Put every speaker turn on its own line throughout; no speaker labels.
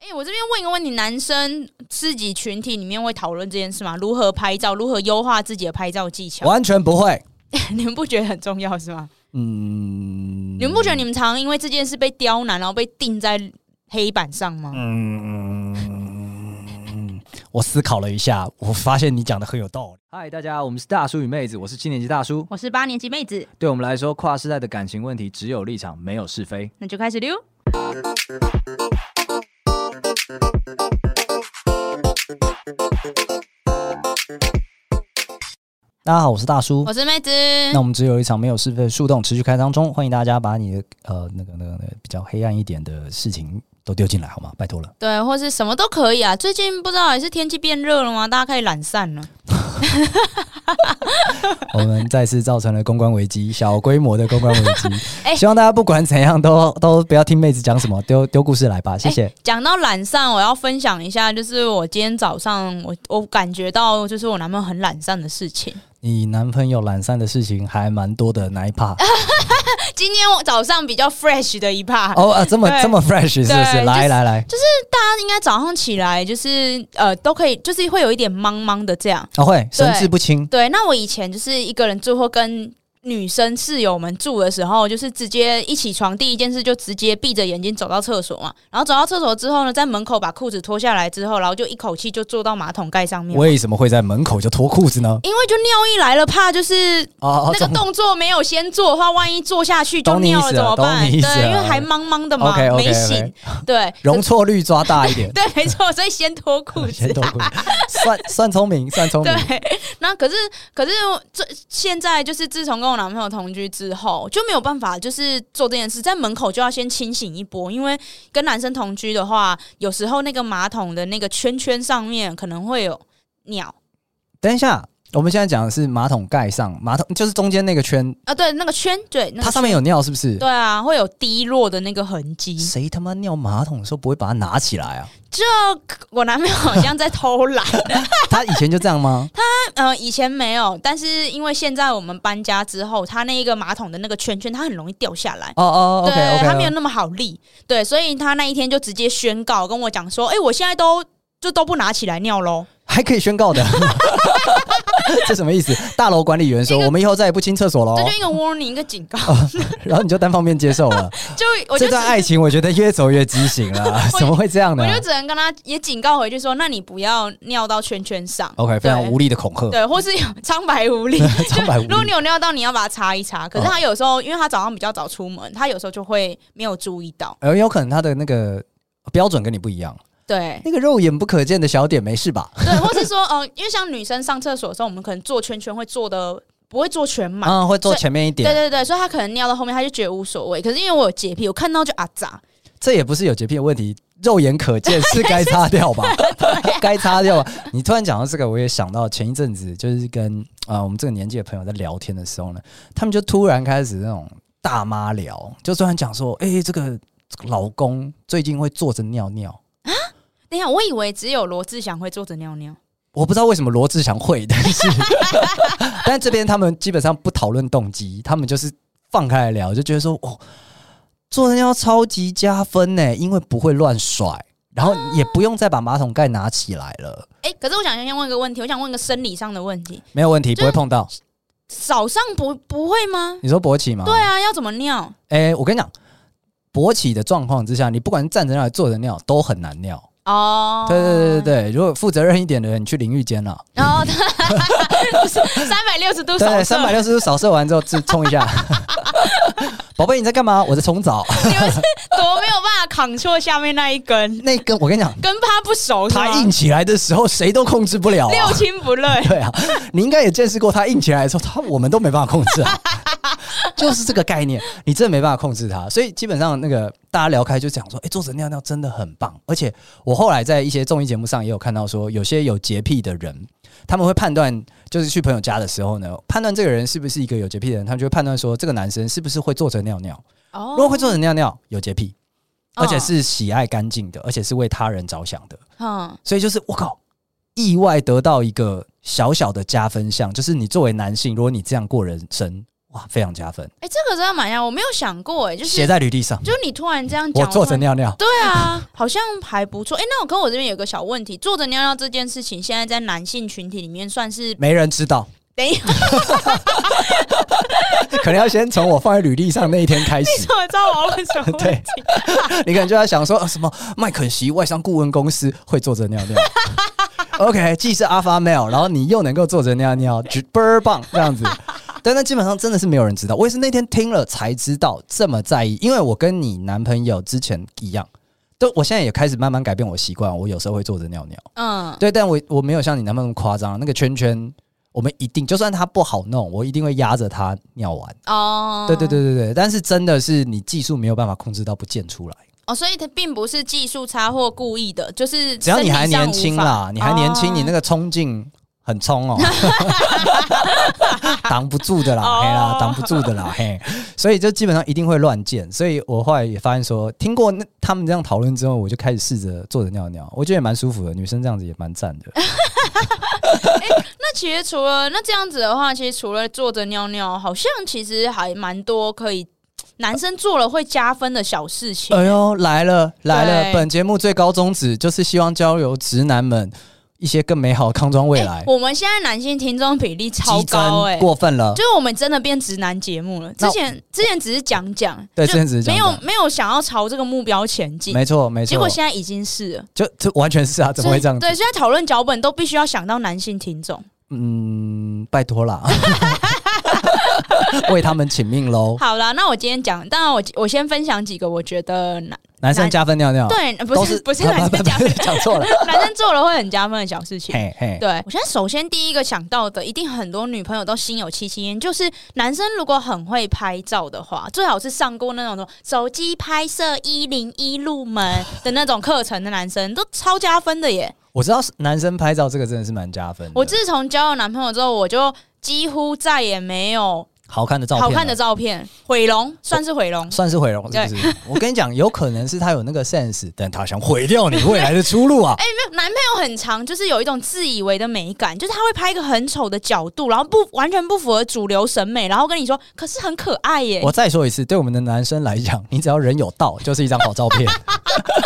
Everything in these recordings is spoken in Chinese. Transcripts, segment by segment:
哎、我这边问一个问题：男生自己群体里面会讨论这件事吗？如何拍照，如何优化自己的拍照技巧？
完全不会。
你们不觉得很重要是吗？
嗯，
你们不觉得你们常因为这件事被刁难，然后被钉在黑板上吗？
嗯，我思考了一下，我发现你讲的很有道理。嗨，大家，我们是大叔与妹子，我是七年级大叔。
我是八年级妹子，
对我们来说，跨世代的感情问题只有立场，没有是非。
那就开始溜。
大家好，我是大叔
我。是妹子，
那我们只有一场没有是非的树洞持续开当中，欢迎大家把你的呃那个那个那个比较黑暗一点的事情都丢进来，好吗？拜托了。
对，或是什么都可以啊。最近不知道也是天气变热了吗？大家开始懒散了。
我们再次造成了公关危机，小规模的公关危机。
哎
希望大家不管怎样都都不要听妹子讲什么，丢丢故事来吧，谢谢。
讲到懒散，我要分享一下，就是我今天早上我我感觉到就是我男朋友很懒散的事情。
你男朋友懒散的事情还蛮多的，哪一趴？
今天我早上比较 fresh 的一 part，、
哦啊，这么
对
这么 fresh 是不？
对就是是
来来来，
他应该早上起来就是呃都可以，就是会有一点茫茫的这样。
啊会神
对
志不清，
对，那我以前就是一个人住或跟。女生室友们住的时候，就是直接一起床，第一件事就直接闭着眼睛走到厕所嘛。然后走到厕所之后呢，在门口把裤子脱下来之后，然后就一口气就坐到马桶盖上面嘛，
为什么会在门口就脱裤子呢？
因为就尿意来了，怕就是
哦
哎
哦，
那个
懂
动作没有先做的话，万一做下去就
懂你
尿
意
了
思
怎么
了懂
办？
你意
对，
思啊了
因为还茫茫的嘛
OK，OK，OK
没醒。对，，
容错率抓大一 点
对，没错，所以先脱裤子啊
先。脱裤子，算算聪明，算聪明
对。， 那可是可是这现在就是自从跟我男朋友同居之后，就没有办法就是做这件事，在门口就要先清醒一波，因为跟男生同居的话，有时候那个马桶的那个圈圈上面可能会有鸟
等一下，我们现在讲的是马桶盖上，马桶就是中间那个圈，
啊，对，那个圈，对，那个
它上面
圈
有尿是不是？
对啊，会有滴落的那个痕迹。
谁他妈尿马桶的时候不会把它拿起来啊？
我男朋友好像在偷懒，
他以前就这样吗？
呃，以前没有，但是因为现在我们搬家之后，他那一个马桶的那个圈圈，它很容易掉下来。
哦哦
对
，OK OK，
他没有那么好立，对，所以他那一天就直接宣告跟我讲说：“哎、我现在都就都不拿起来尿喽。
还可以宣告的， 这什么意思？大楼管理员说
这个
我们以后再也不清厕所喽哦
这，就一个 warning，一个警告。
然后你就单方面接受了。
就我就
这
只
段嗯爱情我觉得越走越畸形了，怎么会这样 呢
我就只能跟他也警告回去说：“那你不要尿到圈圈上。
？OK，非常
对
无力的恐吓，
对，或是有苍白无力。
苍白无
如果你
力。
有尿到，你要把它擦一擦。
嗯
可是他有时候，因为他早上比较早出门，他有时候就会没有注意到。
呃，有可能他的那个标准跟你不一样，
对，
那个肉眼不可见的小点没事吧？
对，或是说，呃，因为像女生上厕所的时候，我们可能做圈圈会做的不会做全满。
嗯，会坐前面一
对
点，
对对，所以她可能尿到后面，她就觉得无所谓。可是因为我有洁癖，我看到就啊咋，
这也不是有洁癖的问题，肉眼可见是该擦 掉吧？ 该擦掉吧。你突然讲到这个，我也想到前一阵子就是跟啊、呃我们这个年纪的朋友在聊天的时候呢，他们就突然开始那种大妈聊，就突然讲说，哎、这个这个老公最近会坐着尿尿。
等一下，我以为只有罗志祥会坐着尿尿。
我不知道为什么罗志祥会，但是 但这边他们基本上不讨论动机，他们就是放开来聊，就觉得说哦，做人要超级加分呢，因为不会乱甩，然后也不用再把马桶盖拿起来了，
哎、可是我想先问一个问题，我想问一个生理上的问题，
没有问题，
就
不会碰到。
早上不不会吗？
你说勃起吗？
对啊，要怎么尿？
哎、我跟你讲，勃起的状况之下，你不管是站着尿还是坐着尿都很难尿。
哦，
对对对对对，如果负责任一点的人，你去淋浴间啊了、
对，然后三百六十度扫
对，
射，
三百六十度扫射完之后自冲一下。 宝贝，你在干嘛？我在冲澡。
你们 是多没有办法扛错下面那一根，
那根我跟你讲，
跟趴不熟是吗？啊
它硬起来的时候，谁都控制不了、
六
啊。
亲不认。
对啊，你应该也见识过它硬起来的时候，它我们都没办法控制啊， 就是这个概念，你真的没办法控制它。所以基本上那个大家聊开就讲说，哎、作者尿尿真的很棒。而且我后来在一些综艺节目上也有看到说，有些有洁癖的人，他们会判断，就是去朋友家的时候呢，判断这个人是不是一个有洁癖的人，他们就会判断说这个男生是不是会坐着尿尿。
哦
如果会坐着尿尿，有洁癖，
哦
而且是喜爱干净的，而且是为他人着想的。
嗯，
所以就是我靠，意外得到一个小小的加分项，就是你作为男性，如果你这样过人生，哇，非常加分，
哎、这个真的蛮像，我没有想过、哎，就
写
是
在履历上。
就是你突然这样讲，
我坐
突
着
然
尿尿，
对啊， 好像还不错。哎、那我跟我这边有个小问题，坐着尿尿这件事情，现在在男性群体里面算是
没人知道，
等一下，
可能要先从我放在履历上那一天开始。
我知道我要问 什 么问题。
你可能就在想说、啊、什么麦肯锡外商顾问公司会坐着尿尿。OK，既是 Alpha Male，然后你又能够坐着尿尿，举倍儿棒这样子。但那基本上真的是没有人知道，我也是那天听了才知道这么在意，因为我跟你男朋友之前一样，都我现在也开始慢慢改变我习惯，我有时候会坐着尿尿。
嗯，
对，但我我没有像你男朋友那么夸张，那个圈圈我们一定，就算它不好弄，我一定会压着它尿完。
哦，
对对，对对对，但是真的是你技术没有办法控制到不见出来。
哦，所以它并不是技术差或故意的，就是
只要你还
生理上
年轻
无法，
啦，你还年轻，
哦
你那个冲劲很 冲哦，挡不住的啦，
哦
嘿啦，挡不住的啦，嘿，所以就基本上一定会乱溅。所以我后来也发现说，听过那他们这样讨论之后，我就开始试着坐着尿尿，我觉得也蛮舒服的，女生这样子也蛮赞 的。
那其实除了那这样子的话，其实除了坐着尿尿，好像其实还蛮多可以男生做了会加分的小事情。
哎呦，来了来了，
对
本节目最高宗旨就是希望交流直男们一些更美好的康庄未来
欸。我们现在男性听众比例超
激
高哎、
增过分了
就，是我们真的变直男节目了。
哦那嗯
之前之前只是讲讲，
对
就
之前只是讲
没有
讲
没有想要朝这个目标前进，
没错没错，
结果现在已经是了。
就这完全是啊，怎么会这样子
所以？对，现在讨论脚本都必须要想到男性听众。
嗯，拜托啦， 为他们请命喽！
好啦，那我今天讲，当然
哦
我我先分享几个我觉得男
男生加分尿尿，
对呃不
哦都
是不是男生讲
不是讲错了，
男生做了会很加分的小事情。
嘿嘿，
对我现在首先第一个想到的，一定很多女朋友都心有戚戚焉，就是男生如果很会拍照的话，最好是上过那种什么手机拍摄一零一入门的那种课程的男生，都超加分的耶！
我知道是男生拍照这个真的是蛮加分的，
我自从交了男朋友之后，我就几乎再也没有
好看的照片啊，
好看的照片，毁容算是毁容。
算是毁容，是不是？我跟你讲，有可能是他有那个 sense，但他想毁 掉你未来的出路啊！
哎、没有，男朋友很长，就是有一种自以为的美感，就是他会拍一个很丑的角度，然后不完全不符合主流审美，然后跟你说，可是很可爱耶。
我再说一次，对我们的男生来讲， 你只要人有到，就是一张好照片。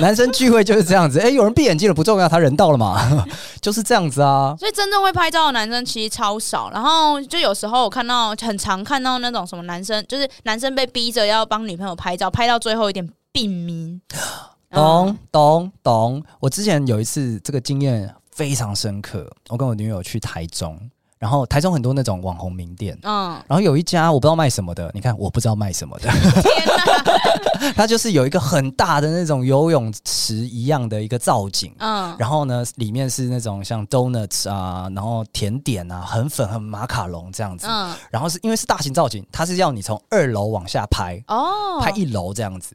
男生聚会就是这样子，哎、有人闭眼睛了不重要，他人到了嘛， 就是这样子啊。
所以真正会拍照的男生其实超少，然后就有时候我看到很常看到那种什么男生，就是男生被逼着要帮女朋友拍照，拍到最后有点病 迷。啊
懂懂懂。我之前有一次这个经验非常深刻，我跟我女友去台中，然后台中很多那种网红名店。
嗯，
然后有一家我不知道卖什么的，你看我不知道卖什么的，
天哪，
它就是有一个很大的那种游泳池一样的一个造景，
嗯，
然后呢里面是那种像 donuts 啊，然后甜点啊，很粉很马卡龙这样子，
嗯，
然后是因为是大型造景，它是要你从二楼往下拍，
哦，
拍一楼这样子。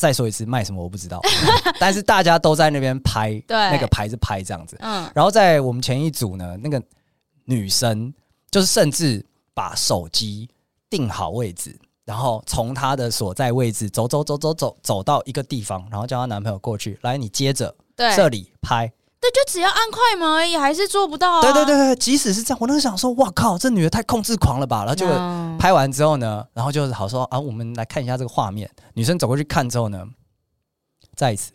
再说一次，卖什么我不知道， 但是大家都在那边拍，
对
那个牌子拍这样子。
嗯，
然后在我们前一组呢，那个女生就是甚至把手机定好位置，然后从她的所在位置走走走走走走到一个地方，然后叫她男朋友过去，来你接着
对，
这里拍。
对，就只要按快门而已，还是做不到、啊。
对对对对，即使是这样，我那时候想说，哇靠，这女的太控制狂了吧？然后
嗯，
就拍完之后呢，然后就是好说啊，我们来看一下这个画面。女生走过去看之后呢，再一次，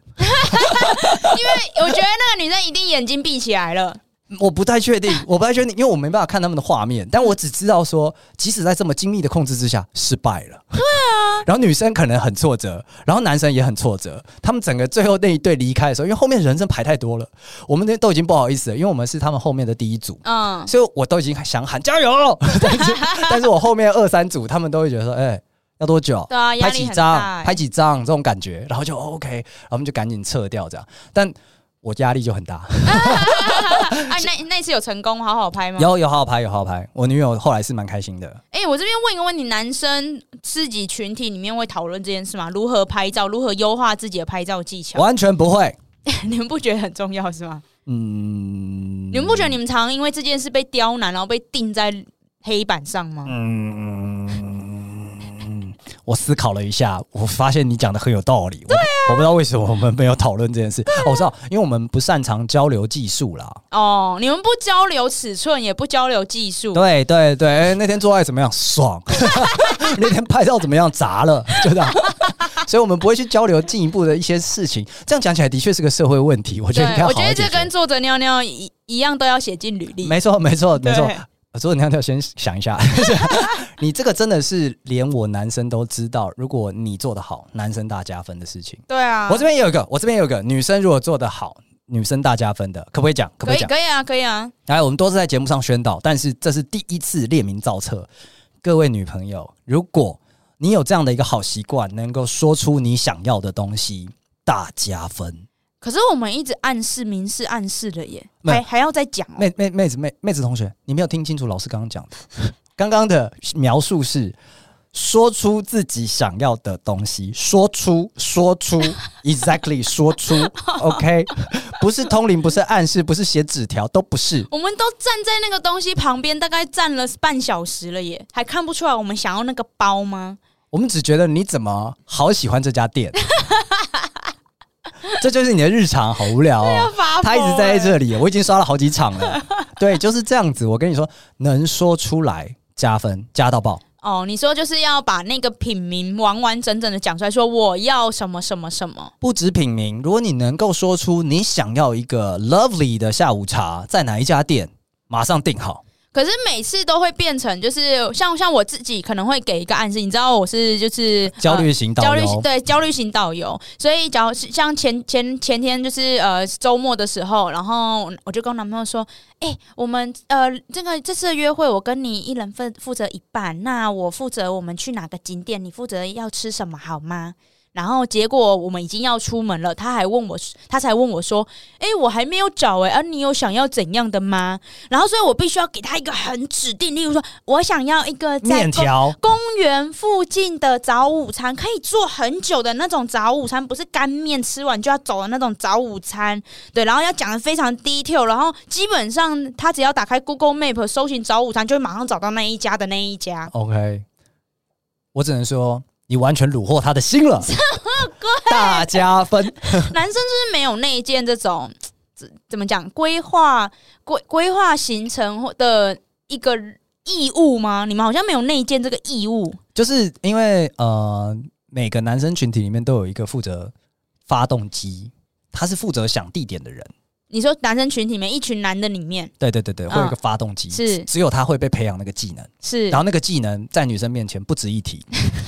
我觉得那个女生一定眼睛闭起来了。
我不太 确定，我不太确定，因为我没办法看他们的画面，但我只知道说，即使在这么精密的控制之下，失败了。对啊，然后女生可能很挫折，然后男生也很挫折。他们整个最后那一队离开的时候，因为后面人真排太多了，我们那都已经不好意思了，因为我们是他们后面的第一组。
嗯，
所以我都已经想喊加油， 但是但是我后面二三组他们都会觉得说，哎、要多久？
对啊，压
拍
力
几
很大、
张，
欸。
拍几张这种感觉，然后就哦 OK，然后我们就赶紧撤掉这样。但我压力就很大，
啊，那那一次有成功，好好拍吗？
有有好好拍，有好好拍。我女友后来是蛮开心的，
哎、我这边问一个问题：男生自己群体里面会讨论这件事吗？如何拍照，如何优化自己的拍照技巧？
完全不会。
你们不觉得很重要是吗？
嗯
你们不觉得你们常因为这件事被刁难，然后被钉在黑板上吗？
嗯，我思考了一下，我发现你讲的很有道理。
啊
对我我不知道为什么我们没有讨论这件事。哦，我知道，因为我们不擅长交流技术啦。
哦，你们不交流尺寸，也不交流技术，
对对对，哎，那天做爱怎么样？爽。 那天拍照怎么样？砸了，就这样。所以我们不会去交流进一步的一些事情。这样讲起来，的确是个社会问题。我觉
对
得你看，
我觉得这跟坐着尿尿一一样，都要写进履历。
没错没错没错
对。
所以你要不要先想一下？你这个真的是连我男生都知道，如果你做得好，男生大加分的事情。
对啊，
我这边也有一个，我这边也有一个，女生如果做得好，女生大加分的，可不可以讲？可
可
不可以
以
讲？
可以啊，可以啊，
来，我们多次在节目上宣导，但是这是第一次列名造册。各位女朋友，如果你有这样的一个好习惯，能够说出你想要的东西，大加分。
可是我们一直暗示、明示、暗示了耶，
没有
还还要再讲哦、
妹妹妹子妹妹子同学，你没有听清楚老师刚刚讲的，刚刚的描述是说出自己想要的东西，说出说出 exactly 说出 OK，不是通灵，不是暗示，不是写纸条，都不是。
我们都站在那个东西旁边，大概站了半小时了耶，还看不出来我们想要那个包吗？
我们只觉得你怎么好喜欢这家店， 这就是你的日常，好无聊哦。
发
他一直在这里，我已经刷了好几场了。对，就是这样子。我跟你说，能说出来加分，加到爆。
哦，你说就是要把那个品名完完整整的讲出来，说我要什么什么什么。
不止品名，如果你能够说出你想要一个 lovely 的下午茶在哪一家店，马上订好。
可是每次都会变成，就是像像我自己可能会给一个暗示，你知道我是就是
焦
呃
虑型
焦
导
虑型
游，
对焦虑型导游，所以假如是像前前前天就是呃周末的时候，然后我就跟我男朋友说，哎、我们呃这个这次的约会，我跟你一人分负责一半，那我负责我们去哪个景点，你负责要吃什么好吗？然后结果我们已经要出门了，他还问我，他才问我说：“哎、我还没有找哎、啊，你有想要怎样的吗？”然后所以我必须要给他一个很指定，例如说，我想要一个在
面
公
条
公园附近的早午餐，可以做很久的那种早午餐，不是干面吃完就要走的那种早午餐。对，然后要讲的非常 detail，然后基本上他只要打开 Google Map 搜寻早午餐，就会马上找到那一家的那一家。
OK，我只能说你完全虏获他的心 了，大加分。
男生就是没有那一件这种怎怎么讲规划规规划行程或的一个义务吗？你们好像没有那一件这个义务。
就是因为呃，每个男生群体里面都有一个负责发动机，他是负责想地点的人。
你说男生群体里面一群男的里面
对对对对，会有一个发动机，
嗯是
只有他会被培养那个技能。
是
然后那个技能在女生面前不值一提。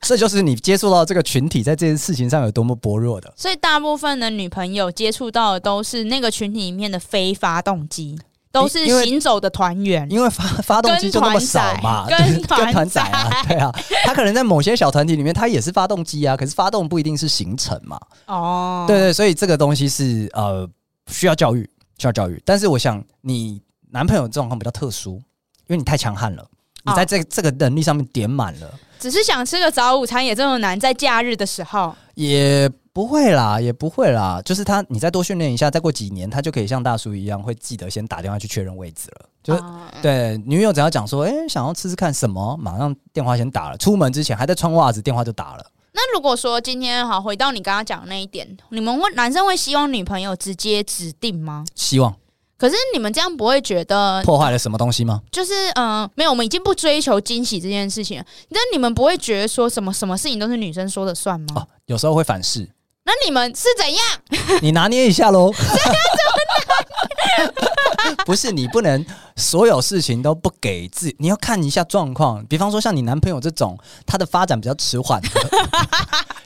这就是你接触到这个群体在这件事情上有多么薄弱的。
所以大部分的女朋友接触到的都是那个群体里面的非发动机，都是
因为
行走的团员。
因为发发动机就那么少嘛，
跟
对
团仔
跟团仔啊，对啊，他可能在某些小团体里面，他也是发动机啊，可是发动不一定是行程嘛，
哦，
对，对，所以这个东西是呃需要教育，需要教育。但是我想你男朋友状况比较特殊，因为你太强悍了，你在这、这个能力上面点满了，
只是想吃个早午餐也这么难，在假日的时候，
也不会啦，也不会啦，就是他你再多训练一下，再过几年他就可以像大叔一样，会记得先打电话去确认位置了，就是
啊
对，女友只要讲说，哎、想要吃吃看什么，马上电话先打了。出门之前还在穿袜子，电话就打了。
那如果说今天好，回到你刚刚讲的那一点，你们会男生会希望女朋友直接指定吗？
希望
可是你们这样不会觉得
破坏了什么东西吗？
就是嗯、呃没有，我们已经不追求惊喜这件事情了。那你们不会觉得说什么什么事情都是女生说的算吗？
哦，有时候会反噬，
那你们是怎样？
你拿捏一下喽。 不是你不能所有事情都不给自己，你要看一下状况。比方说像你男朋友这种，他的发展比较迟缓 的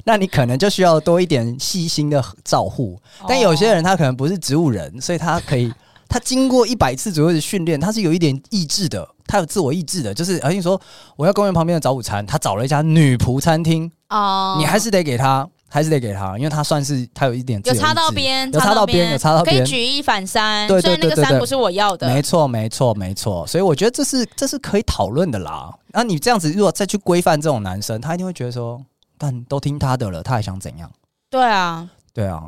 那你可能就需要多一点细心的照护。
哦
但有些人他可能不是植物人，所以他可以，他经过一百次左右的训练，他是有一点意志的，他有自我意志的。就是，而且说我要公园旁边的早午餐，他找了一家女仆餐厅，
哦，
你还是得给他，还是得给他，因为他算是他有一点自
有
由意志
擦到边，
有擦到边，有擦到
可以
边。
举一反三。
对对
虽然那个
对对
三
对
不是我要的，
没错，没错，没错，所以我觉得这是这是可以讨论的啦。那、你这样子，如果再去规范这种男生，他一定会觉得说，但都听他的了，他还想怎样？
对啊，
对啊，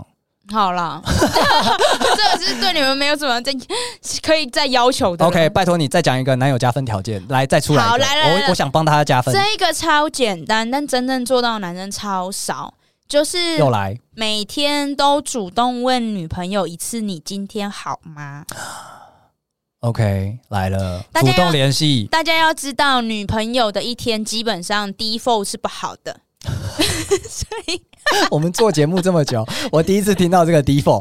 好 啦，这个是对你们没有什么再可以再要求的了。
OK，拜托你再讲一个男友加分条件，来再出来一个。
好来来来
我我想帮他加分，
这一个超简单，但真正做到的男生超少，就是
又来。
每天都主动问女朋友一次“你今天好吗
OK，来了，
大
主
家
动
要
联”。系。
大家要知道，女朋友的一天基本上 default 是不好的，
我们做节目这么久，我第一次听到这个 default，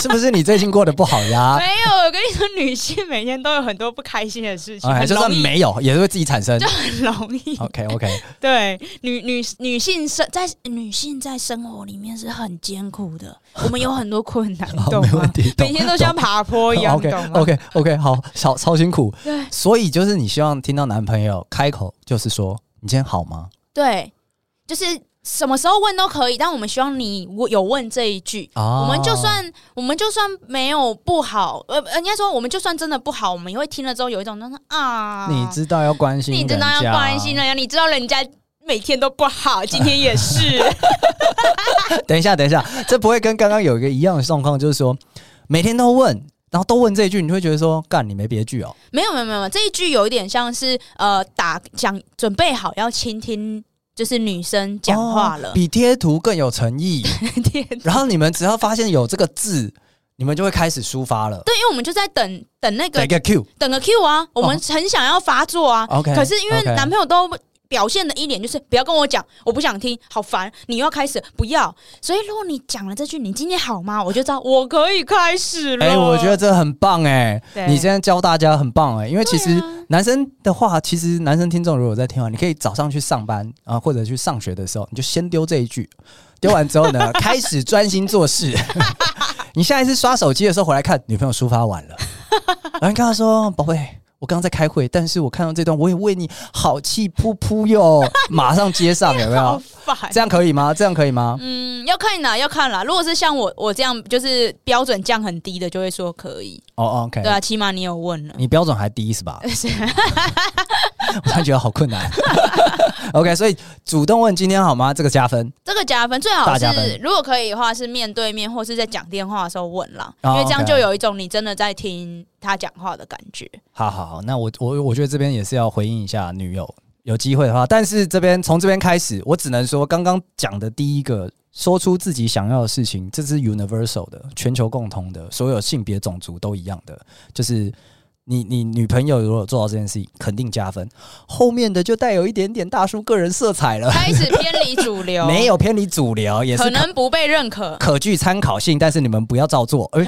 是 不是你最近过得不好 呀？
没有，我跟你说，女性每天都有很多不开心的事情，
哎，
很
就
容
算
易，
没有，也是会自己产生
就。很容易。
OK OK，
对，女女女性生在女性在生活里面是很艰苦的，我们有很多困 难，你
好，
懂
哦没
吗
问？题。
每天都像爬坡一样，你
OK
懂吗？
OK OK，好，超超辛苦。
对
所以就是你希望听到男朋友开口，就是说你今天好吗？
对，就是什么时候问都可以，但我们希望你我有问这一句。
啊
我们就算我们就算没有不好，呃，呃应该说我们就算真的不好，我们也会听了之后有一种就是啊，
你知道要关心，
你真的要关心人。家，你知道人家每天都不好，今天也 是，
等一下，等一下，这不会跟刚刚有一个一样的状况，就是说每天都问，然后都问这一句，你会觉得说干你没别句哦。
没有没有没有，这一句有一点像是呃打讲准备好要倾听，就是女生讲话了
哦，比贴图更有 诚意。然后你们只要发现有这个字，你们就会开始抒发了。
对，因为我们就在等等那
给
个
个 Q，
等个 Q 啊，我们很想要发作啊。
哦 OK，
可是因为
OK
男朋友都表现的一脸就是不要跟我讲，我不想听，好烦，你又要开始不要。所以如果你讲了这句“你今天好吗”，我就知道我可以开始了。
哎、我觉得这很棒哎、
对
你现在教大家很棒哎、因为
对
其实
啊
男生的话，其实男生听众如果在听完，你可以早上去上班啊、或者去上学的时候，你就先丢这一句，丢完之后 呢，开始专心做事。你下一次刷手机的时候回来看，女朋友抒发完了，然后你跟她说：“宝贝，我刚刚在开会，但是我看到这段，我也为你好气噗噗 哟。”马上接上有没
好
有？
烦。
这样可以吗？这样可以吗？
嗯，要看啦，要看啦。如果是像我我这样，就是标准降很低的，就会说可以。
哦、哦 o k
对啊，起码你有问了。
你标准还低是吧？我突然觉得好困难。OK，所以主动问今天好吗？这个加分。
这个加分最好
大加
是
分，
如果可以的话，是面对面或是在讲电话的时候问啦，
哦
因为这样
OK
就有一种你真的在听他讲话的感觉。
好好好，那我我我觉得这边也是要回应一下女友，有机会的话，但是这边从这边开始，我只能说刚刚讲的第一个，说出自己想要的事情，这是 universal 的，全球共同的，所有性别种族都一样的，就是。你你女朋友如果做到这件事情，肯定加分。后面的就带有一点点大叔个人色彩了，
开始偏离主流，
没有偏离主流，也是
哎可能不被认可。
可具参考性，但是你们不要 照做，呃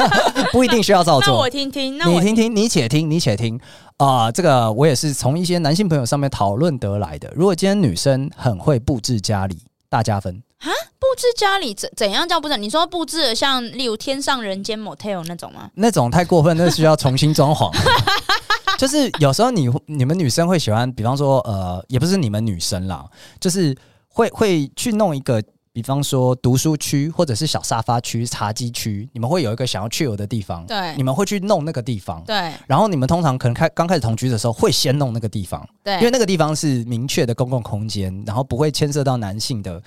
不一定需要照
那我
做。
听听，那
你
我
听听，你且听，你且听啊、这个我也是从一些男性朋友上面讨论得来的。如果今天女生很会布置家里，大加分。
布置家里怎怎样叫布置？你说布置的像例如天上人间 motel 那种吗？
那种太过分，那需要重新 装潢。就是有时候你你们女生会喜欢，比方说呃，也不是你们女生啦，就是会会去弄一个，比方说读书区或者是小沙发区、茶几区，你们会有一个想要去游的地方，
对
你们会去弄那个地方。
对
然后你们通常可能开刚开始同居的时候，会先弄那个地方，因为
对
那个地方是明确的公共空间，然后不会牵涉到男性的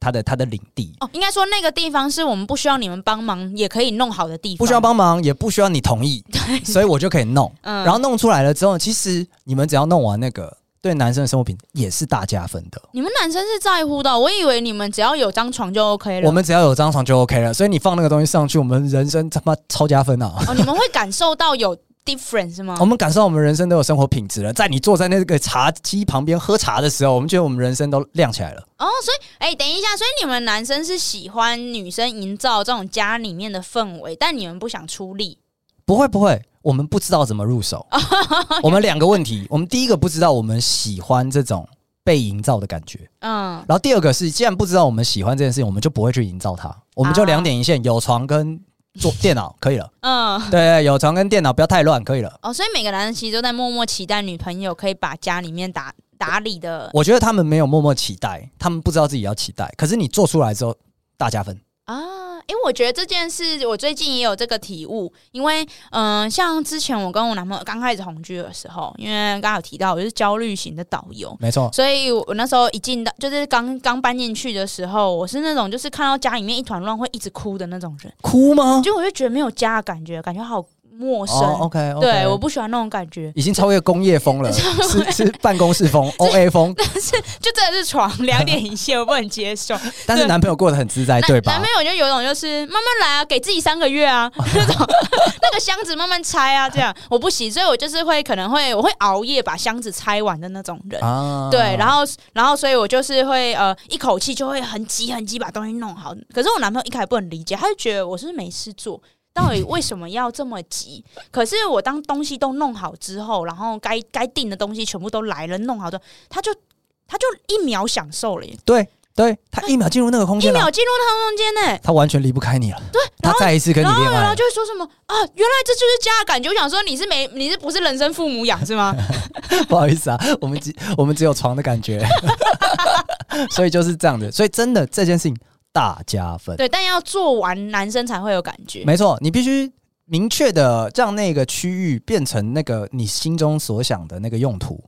他的他的领地，
哦，应该说那个地方是我们不需要你们帮忙也可以弄好的地方，
不需要帮忙，也不需要你 同意，所以我就可以弄。
嗯
然后弄出来了之后，其实你们只要弄完那个，对男生的生活品质也是大加分的。
你们男生是在乎的，我以为你们只要有张床就 OK 了。
我们只要有张床就 OK 了，所以你放那个东西上去，我们人生他妈超加分啊！
哦，你们会感受到有 difference 是吗？
我们感受到我们人生都有生活品质了。在你坐在那个茶几旁边喝茶的时候，我们觉得我们人生都亮起来了。
哦，所以哎、等一下，所以你们男生是喜欢女生营造这种家里面的氛围，但你们不想出力。
不会不会，我们不知道怎么入 手。我们两个问题，我们第一个不知道我们喜欢这种被营造的感觉，
嗯，
然后第二个是，既然不知道我们喜欢这件事情，我们就不会去营造它，我们就
啊
两点一线，有床跟做电脑可以了。
嗯，
对对，有床跟电脑不要太乱，可以了。
哦，所以每个男人其实都在默默期待女朋友可以把家里面打打理的
我觉得他们没有默默期待，他们不知道自己要期待，可是你做出来之后大加分。
啊。因为我觉得这件事，我最近也有这个体悟，因为嗯、呃像之前我跟我男朋友刚开始同居的时候，因为刚刚有提到我是焦虑型的导游，
没错，
所以我那时候一进到就是刚刚搬进去的时候，我是那种就是看到家里面一团乱会一直哭的那种人，
哭吗？
就我就觉得没有家的感觉，感觉好陌生。
哦，OK，, o k
对，我不喜欢那种感觉，
已经超越工业 风了，是是办公室 风、OA 风，
就真的是床两点一 线，我不能接受。
但是男朋友过得很自在，哎对
男
吧
朋？友就有种就是慢慢来啊，给自己三个月 啊，那种那个箱子慢慢拆啊，这样我不行，所以我就是会可能会我会熬夜把箱子拆完的那种人。
啊
对，然后，然后，所以我就是会呃，一口气就会很急很急把东西弄好。可是我男朋友一开始不能理解，他就觉得我是不是没事做，到底为什么要这么 急？可是我当东西都弄好之后，然后该该订的东西全部都来了，弄好之后，他就他就一秒享受了耶，
对对，他一秒进入那个空
一
间啊了，
秒进入他空间呢。
他完全离不开你了。对，他
然后
再一次跟你
然后，
恋
然
爱
后，就会说什么啊？原来这就是家的感觉。我想说，你是没，你是不是人生父母养是 吗？
不好意思啊，我们只我们只有床的感 觉， 所以就是这样子。所以真的这件事情大加分。
对，但要做完，男生才会有感觉。
没错，你必须明确的让那个区域变成那个你心中所想的那个用途。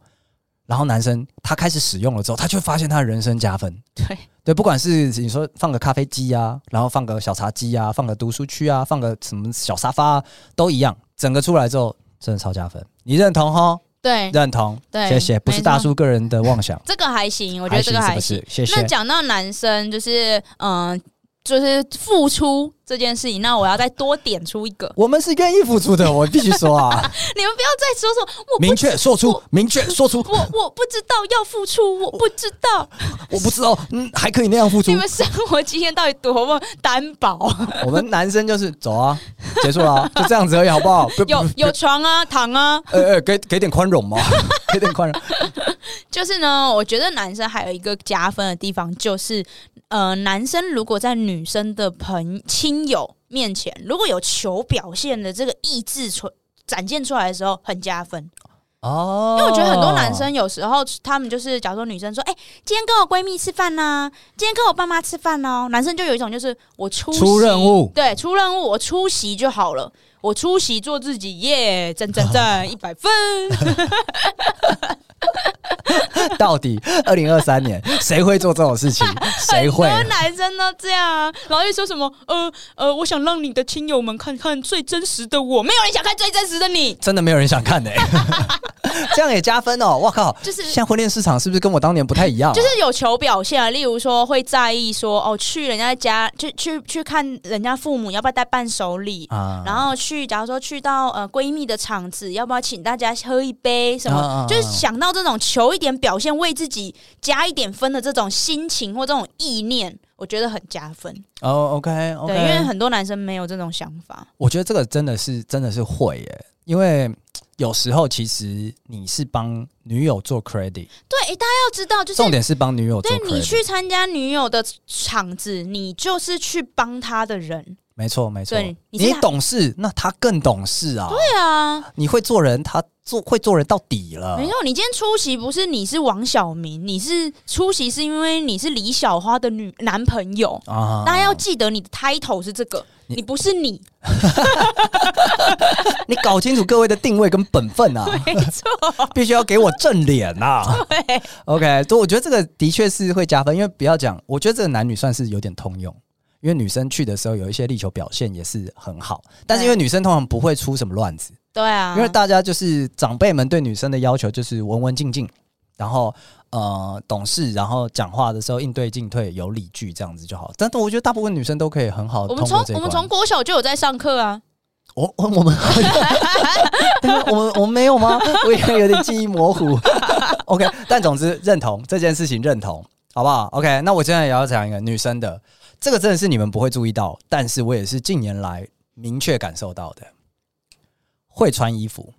然后男生他开始使用了之后，他就会发现他的人生加分。
对
对，不管是你说放个咖啡机啊，然后放个小茶几啊，放个读书区啊，放个什么小沙发、啊，都一样。整个出来之后，真的超加分。你认同哈？
对，
认同，
对
谢谢。不是
没错
大叔个人的妄想，
这个还行，我觉得这个
是
还
不
行
是？。谢
那
谢。
讲到男生，就是嗯、呃就是付出这件事情，那我要再多点出一个，
我们是愿意付出的，我必须说啊，
你们不要再说什么我不
明确说出，明确说出，
我我不知道要付出，我不知 道
我不知道，嗯，还可以那样付出
你。们生活经验到底多么单薄， 啊
我们男生就是走啊， 结束了啊、就这样子而已，好不好？ 不
有
不
有床啊躺啊，
呃呃，给给点宽容嘛， 给点宽容。
就是呢，我觉得男生还有一个加分的地方，就是呃，男生如果在女生的朋亲友面前，如果有求表现的这个意志存展现出来的时候，很加分。
哦，
因为我觉得很多男 生有时候他们就是，假如说女生说：“哎、今天跟我闺蜜吃饭呐、今天跟我爸妈吃饭哦。”男生就有一种就是我出席
出任务
对，出任务，我出席就好了，我出席做自己，耶，赞赞赞，一百分。
到底二零二三年谁会做这 种事情？谁会？
很多男生都这样啊，然后又说什么呃呃，我想让你的亲友们看看最真实的我，没有人想看最真实的你，
真的没有人想看的、欸， 这样也加分哦！我靠，
就是
现在婚恋市场是不是跟我当年不太一样 啊、
就是有求表现啊，例如说会在意说哦，去人家家，去去去看人家父母要不要带伴手礼。
啊
然后去，假如说去到呃闺蜜的场子，要不要请大家喝一杯？什么，
啊啊啊啊
就是想到这种求一点表现，为自己加一点分的这种心情或这种意念，我觉得很加分。
哦，OK，OK、o k
对，
OK，
因为很多男生没有这种想法。
我觉得这个真的是真的是会耶、因为有时候其实你是帮女友做 credit，
对，诶大家要知道，就是
重点是帮女友做
对
credit。
你去参加女友的场子，你就是去帮她的人。
没错没错
对，你是
你
他
懂事，那他更懂事啊。
对啊，
你会做人，他做会做人到底了
没。错，你今天出席不是你是王小明，你是出席是因为你是李小花的女男朋友。
啊
大家要记得你的 title 是这个，
你
你不是你，
你搞清楚各位的定位跟本分啊，
没错，
必须要给我正脸呐、啊。
对
OK，所以我觉得这个的确是会加分，因为不要讲，我觉得这个男女算是有点通用，因为女生去的时候有一些力求表现也是很好，但是因为女生通常不会出什么乱子，
对啊，
因为大家就是长辈们对女生的要求就是文文静静，然后呃懂事，然后讲话的时候应对进退有理据这样子就好。但是我觉得大部分女生都可以很好
我
通
们从
过这一
我们
关。
从国小就有在上课啊，
我我我们等一下我们我们没有吗？我也有点记忆模糊。OK，但总之认同这件事情，认同好不好？OK，那我现在也要讲一个女生的，这个真的是你们不会注意到，但是我也是近年来明确感受到的，会穿衣服。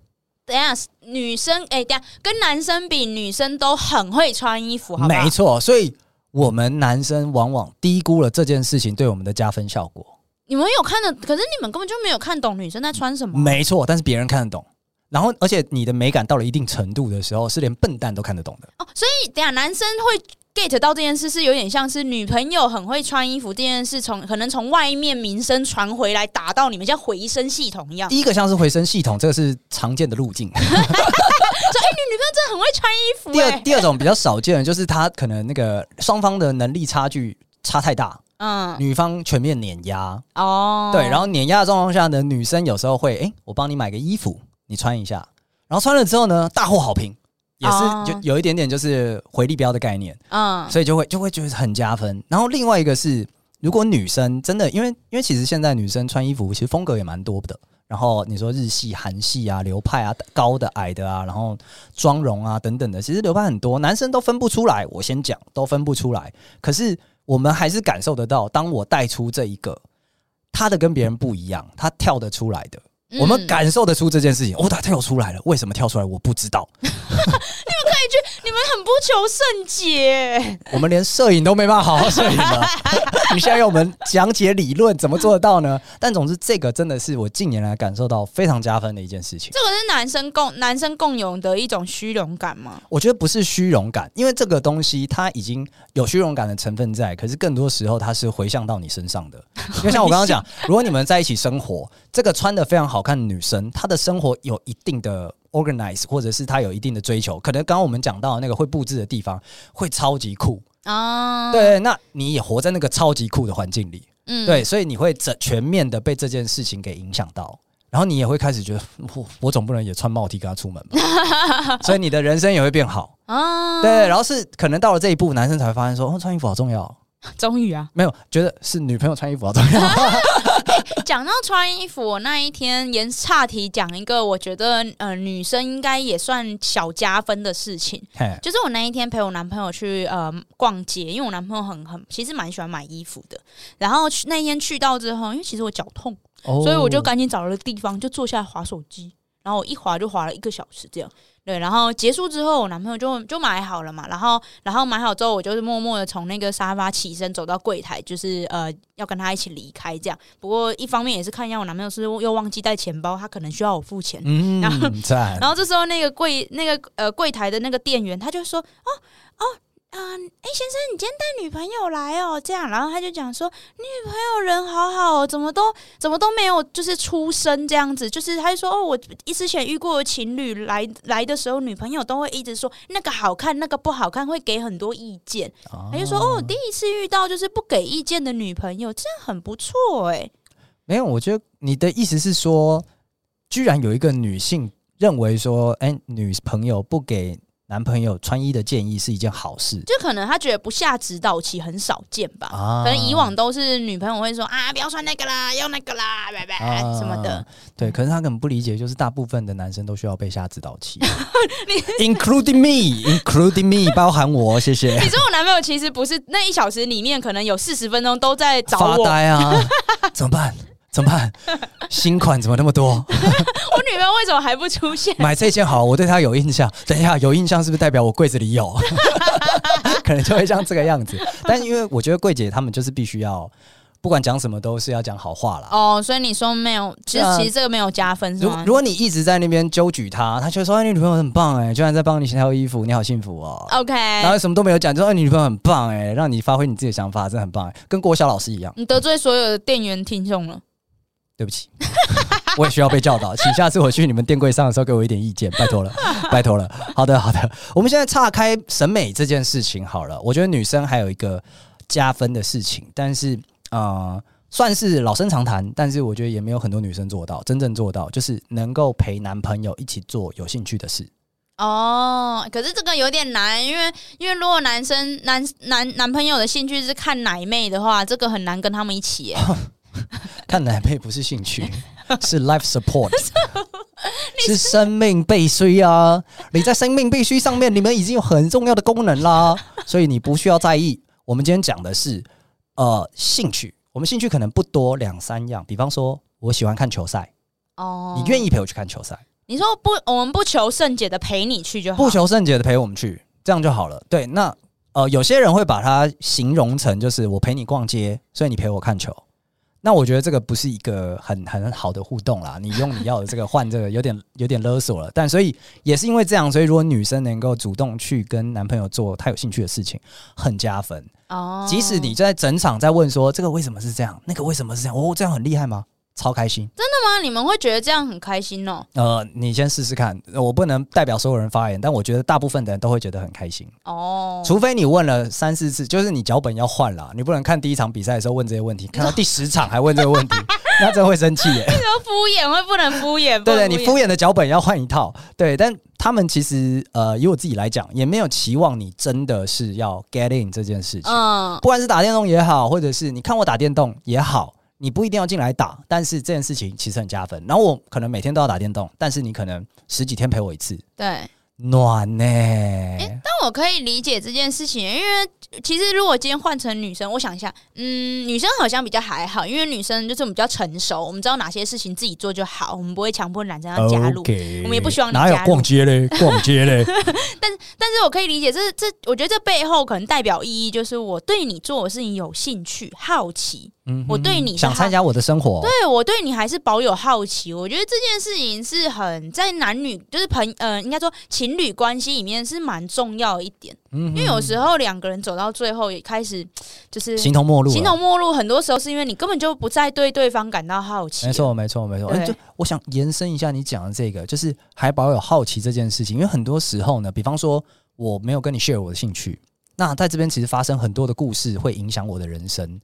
等一下女生哎、等一下跟男生比，女生都很会穿衣服，好不好
没？错，所以我们男生往往低估了这件事情对我们的加分效果。
你们有看的，可是你们根本就没有看懂女生在穿什么。
没错，但是别人看得懂。然后，而且你的美感到了一定程度的时候，是连笨蛋都看得懂的。
哦，所以等一下男生会 get 到这件事是有点像是女朋友很会穿衣服这件事从，可能从外面名声传回来，打到你们像回声系统一样。
第一个像是回声系统，这个是常见的 路径。
真的很会穿衣服、欸。
第二第二种比较少见的就是他可能那个双方的能力差距差太大，
嗯，
女方全面碾压，
哦，
对，然后碾压的状况下呢，女生有时候会，哎、我帮你买个衣服，你穿一下，然后穿了之后呢，大获好评，也是
哦
有有一点点就是回力标的概念，
嗯，
所以就会就会觉得很加分。然后另外一个是，如果女生真的，因为因为其实现在女生穿衣服其实风格也蛮多的。然后你说日系、韩系啊、流派啊、高的、矮的啊，然后妆容啊等等的，其实流派很多，男生都分不出来。我先讲，都分不出来。可是我们还是感受得到，当我带出这一个，他的跟别人不一样，他跳得出来的，
嗯
我们感受得出这件事情。哦，他跳出来了，为什么跳出来？我不知道。
你们很不求甚解。
我们连摄影都没办法好好摄影了。你现在要我们讲解理论，怎么做得到呢？但总之，这个真的是我近年来感受到非常加分的一件事情。
这个是男生共男生共有的一种虚荣感吗？
我觉得不是虚荣感，因为这个东西它已经有虚荣感的成分在，可是更多时候它是回向到你身上的。因为像我刚刚讲，如果你们在一起生活，这个穿的非常好看的女生，她的生活有一定的 organize，或者是她有一定的追求，可能刚刚我们讲到的那个会布置的地方会超级酷，
啊，，
对，那你也活在那个超级酷的环境里。
嗯
对，所以你会整全面的被这件事情给影响到，然后你也会开始觉得，我我总不能也穿帽 T 跟他出门吧，所以你的人生也会变好。
啊，
对，然后是可能到了这一步，男生才会发现说，哦，穿衣服好重要。
终于啊，
没有，觉得是女朋友穿衣服好重要。
讲到穿衣服，我那一天也岔题讲一个，我觉得呃女生应该也算小加分的事情。
嘿
就是我那一天陪我男朋友去呃逛街，因为我男朋友很很其实蛮喜欢买衣服的。然后去那一天去到之后，因为其实我脚痛，
哦
所以我就赶紧找了个地方就坐下来划手机，然后我一划就划了一个小时这样。对，然后结束之后，我男朋友就就买好了嘛，然后然后买好之后，我就是默默的从那个沙发起身走到柜台，就是呃要跟他一起离开这样。不过一方面也是看一下我男朋友是不是又忘记带钱包，他可能需要我付钱，然后
嗯，赞
然后这时候那个柜那个呃柜台的那个店员他就说：“哦哦，嗯、哎、先生，你今天带女朋友来哦，这样。”然后他就讲说：“你女朋友人好好哦，怎么都怎么都没有就是出声这样子，就是他就说哦，我一之前遇过的情侣来来的时候，女朋友都会一直说那个好看，那个不好看，会给很多意见。他就说哦，第一次遇到就是不给意见的女朋友，这样很不错哎、
没有，我觉得你的意思是说，居然有一个女性认为说，哎、女朋友不给男朋友穿衣的建议是一件好事
就可能他觉得不下指导期很少见吧。
啊
可能以往都是女朋友会说啊，不要穿那个啦，用那个啦，拜拜、
啊
什么的。。
对，可是他可能不理解，就是大部分的男生都需要被下指导 期 ，including me，including me，包含我，谢谢。
你说我男朋友其实不是那一小时里面，可能有四十分钟都在找
发
我。我
呆啊， 怎么办？怎么办？新款怎么那么多？
女朋友为什么还不出现？
买这件好，我对他有印象。等一下，有印象是不是代表我柜子里有？ 可能就会像这个样子。但因为我觉得柜姐她们就是必须要，不管讲什么都是要讲好话啦。
哦，所以你说没有，其实、
对啊
其实这个没有加分是
如
吗？
如果你一直在那边纠举她，她就会说：“哎，你女朋友很棒哎、居然在帮你挑衣服，你好幸福哦。”
OK，
然后什么都没有讲，就说、哎你女朋友很棒哎、让你发挥你自己的想法，真的很棒哎、跟郭晓老师一样。
你得罪所有的店员听众了。
对不起，我也需要被教导，请下次我去你们店柜上的时候给我一点意见，拜托了， 拜托了。好的，好的，我们现在岔开审美这件事情好了，我觉得女生还有一个加分的事情，但是呃，算是老生常谈，但是我觉得也没有很多女生做到，真正做到就是能够陪男朋友一起做有兴趣的事。
哦，可是这个有点难，因为因为如果男生男男男朋友的兴趣是看奶妹的话，这个很难跟他们一起 耶。
看奶妹不是兴趣，是 life support，是生命必须啊！你在生命必须上面，你们已经有很重要的功能啦，所以你不需要在意。我们今天讲的是呃兴趣，我们兴趣可能不多，两三样。比方说，我喜欢看球赛，
哦，
你愿意陪我去看球赛，
你说不，我们不求甚解的陪你去就好。
不求甚解的陪我们去，这样就好了。对，那呃，有些人会把它形容成就是我陪你逛街，所以你陪我看球。那我觉得这个不是一个很很好的互动啦，你用你要的这个换这个有点 有点勒索了。但所以也是因为这样，所以如果女生能够主动去跟男朋友做她有兴趣的事情，很加分。
哦，
即使你在整场在问说这个为什么是这样，那个为什么是这样，哦，这样很厉害吗？超开心。
那啊么你们会觉得这样很开心哦。
呃，你先试试看，呃我不能代表所有人发言，但我觉得大部分的人都会觉得很开心。
哦，
除非你问了三四次，就是你脚本要换了，你不能看第一场比赛的时候问这些 问题，看到第十场还问这个问题，那真会生气耶。
这个敷衍会不能敷衍，
对对，
不
你
能
敷衍的脚本要换一套。对，但他们其实呃，以我自己来讲，也没有期望你真的是要 get in 这件事情。
嗯，
不管是打电动也好，或者是你看我打电动也好，你不一定要进来打，但是这件事情其实很加分。然后我可能每天都要打电动，但是你可能十几天陪我一次，
对。
暖呢、
但我可以理解这件事情，因为其实如果今天换成女生，我想一下，嗯，女生好像比较还好，因为女生就是我们比较成熟，我们知道哪些事情自己做就好，我们不会强迫男生要加入。
哦 OK
我们也不希望你
哪有
加入
逛街嘞，逛街嘞，
但是我可以理解这这，我觉得这背后可能代表意义就是我对你做的事情有兴趣、好奇，
嗯哼
我对你是
想参加我的生活，
对我对你还是保有好奇。我觉得这件事情是很在男女就是朋呃，应该说情侣关系里面是蛮重要的一点，
因
因为有时候两个人走到最后也开始就是
形同陌路了，啊
形同陌路，很多时候是因为你根本就不再对对方感到好奇。
没，错，没错，没错。
对
哎就我想延伸一下你讲的这个，就是还保有好奇这件事情，因为很多时候呢，比方说我没有跟你 share 我的兴趣，那在这边其实发生很多的故事，会影响我的人生。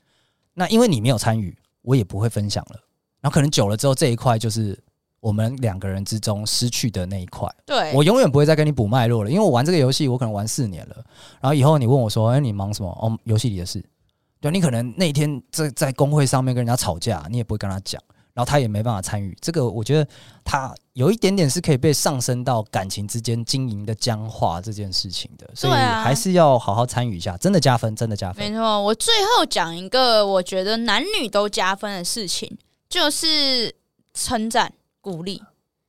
那因为你没有参与，我也不会分享了。然后可能久了之后，这一块就是我们两个人之中失去的那一块。
对，
我永远不会再跟你补脉络了，因为我玩这个游戏，我可能玩四年了。然后以后你问我说：“哎、你忙什么？”哦，游戏里的事。对，你可能那一天在在工会上面跟人家吵架，你也不会跟他讲，然后他也没办法参与。这个我觉得他有一点点是可以被上升到感情之间经营的僵化这件事情的，所以
对啊
还是要好好参与一下，真的加分，真的加分
没。错。我最后讲一个我觉得男女都加分的事情，就是称赞、鼓励，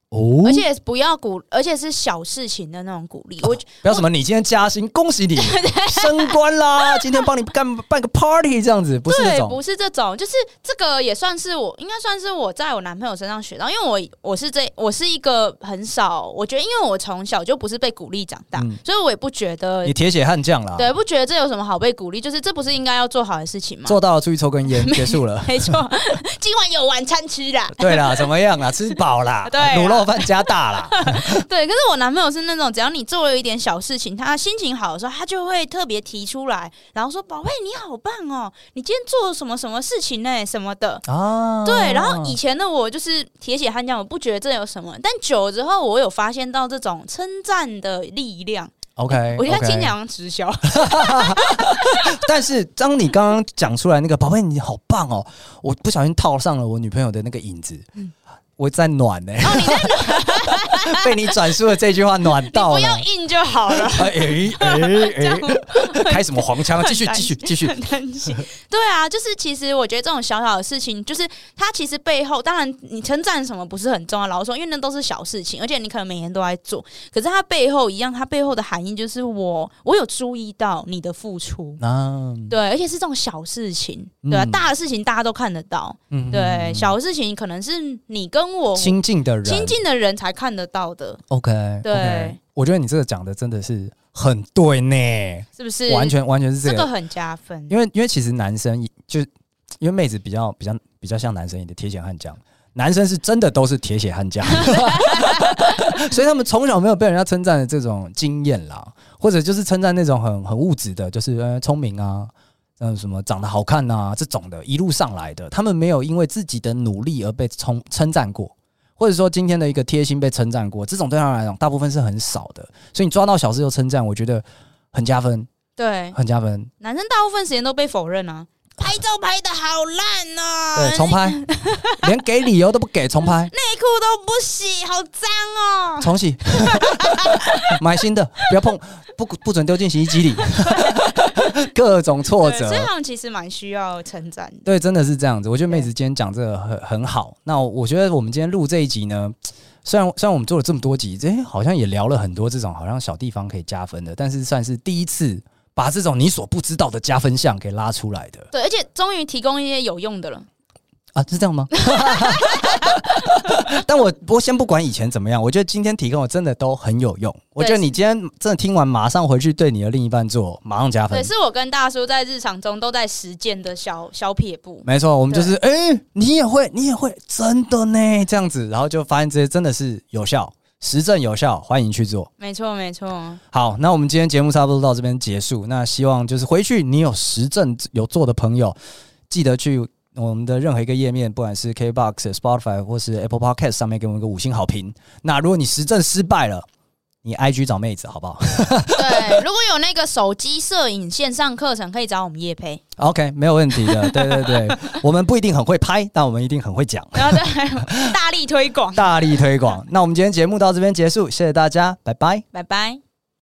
哦
而且不要鼓，而且是小事情的那种鼓励。我
不要什么，你今天加薪，恭喜你
啊
升官啦！今天帮你干办个 party 这样子，不是那
对，
种
不是这种，就是这个也算是我，应该算是我在我男朋友身上学到，因为我我是这我是一个很少，我觉得因为我从小就不是被鼓励长大，
嗯
所以我也不觉得
你，铁血悍将啦。
对，不觉得这有什么好被鼓励，就是这不是应该要做好的事情吗？
做到了，出去抽根烟，结束了。
没错， 今晚有晚餐吃啊啦。
对啦，怎么样啦？吃饱啦，
对啊
卤肉饭加 大啦。
对，可是我男朋友是那种，只要你做了一点小事情，他心情好的时候，他就会特别提出来，然后说：“宝贝，你好棒哦，你今天做了什么什么事情呢、什么的。”
啊，
对，然后以前的我就是铁血悍将，我不觉得这有什么，但久了之后，我有发现到这种称赞的力量。
OK，
我觉得
哎 OK
今啊天好像直销，哦
但是当你刚刚讲出来那个宝贝，你好棒哦，我不小心套上了我女朋友的那个影子，
嗯
我在 暖呢、
然后你 再
被你转述的这句话暖到
不
了
要。硬就好了。
哎哎 哎
样
哎！开什么黄 腔？继续继续继续！
很担心。对啊，就是其实我觉得这种小小的事情，就是它其实背后，当然你称赞什么不是很重要，老实说，因为那都是小事情，而且你可能每天都在做。可是它背后一样，它背后的含义就是我我有注意到你的付出，
啊，
对，而且是这种小事情，对吧、
嗯
大的事情大家都看得到，
嗯
对，
嗯
小事情可能是你跟我
亲近的人，
亲近的人才看得到的，
OK，OK。
对
我觉得你这个讲的真的是很对呢。
是不是？
完全完全是这
这
个，
个很加分，
因为因为其实男生也就因为妹子比较比较比较像男生一点，铁血悍将。男生是真的都是铁血悍将， 所以他们从小没有被人家称赞的这种经验啦，或者就是称赞那种很很物质的，就是呃聪明啊，嗯什么长得好看啊这种的，一路上来的，他们没有因为自己的努力而被称称赞过，或者说今天的一个贴心被称赞过，这种对他们来讲大部分是很少的，所以你抓到小事就称赞，我觉得很加分，
对，
很加分。
男生大部分时间都被否认啊，拍照拍的好烂哦、
对，重拍，连给理由都不给，重拍，
内裤都不洗，好脏哦、
重洗， 买新的，不要碰，不不准丢进洗衣机里， 各种挫
对，所
折
以。他们其实蛮需要称赞的。
对，真的是这样子。我觉得妹子今天讲这个很很好。那我觉得我们今天录这一集呢，虽然虽然我们做了这么多集，哎、好像也聊了很多这种好像小地方可以加分的，但是算是第一次把这种你所不知道的加分项给拉出来的。
对，而且终于提供一些有用的了。
啊，是这样吗？ 但我我先不管以前怎么样，我觉得今天提供的真的都很有用。我觉得你今天真的听完，马上回去对你的另一半做，马上加分
对，。是我跟大叔在日常中都在实践的小小撇步。
没错，我们就是哎、你也会，你也会，真的呢，这样子，然后就发现这些真的是有效，实证有效，欢迎去做。
没错，没错。
好，那我们今天节目差不多到这边结束。那希望就是回去你有实证有做的朋友，记得去我们的任何一个页面，不管是 KBox、Spotify 或是 Apple Podcast 上面给我们一个五星好评。那如果你实证失败了，你 IG 找妹子好不好
对，如果有那个手机摄影线上课程，可以找我们叶培。
？OK，没有问题的。对对对，我们不一定很会拍，但我们一定很会讲，
然后再大力推广。
大力推广。那我们今天节目到这边结束，谢谢大家，拜拜。
拜拜。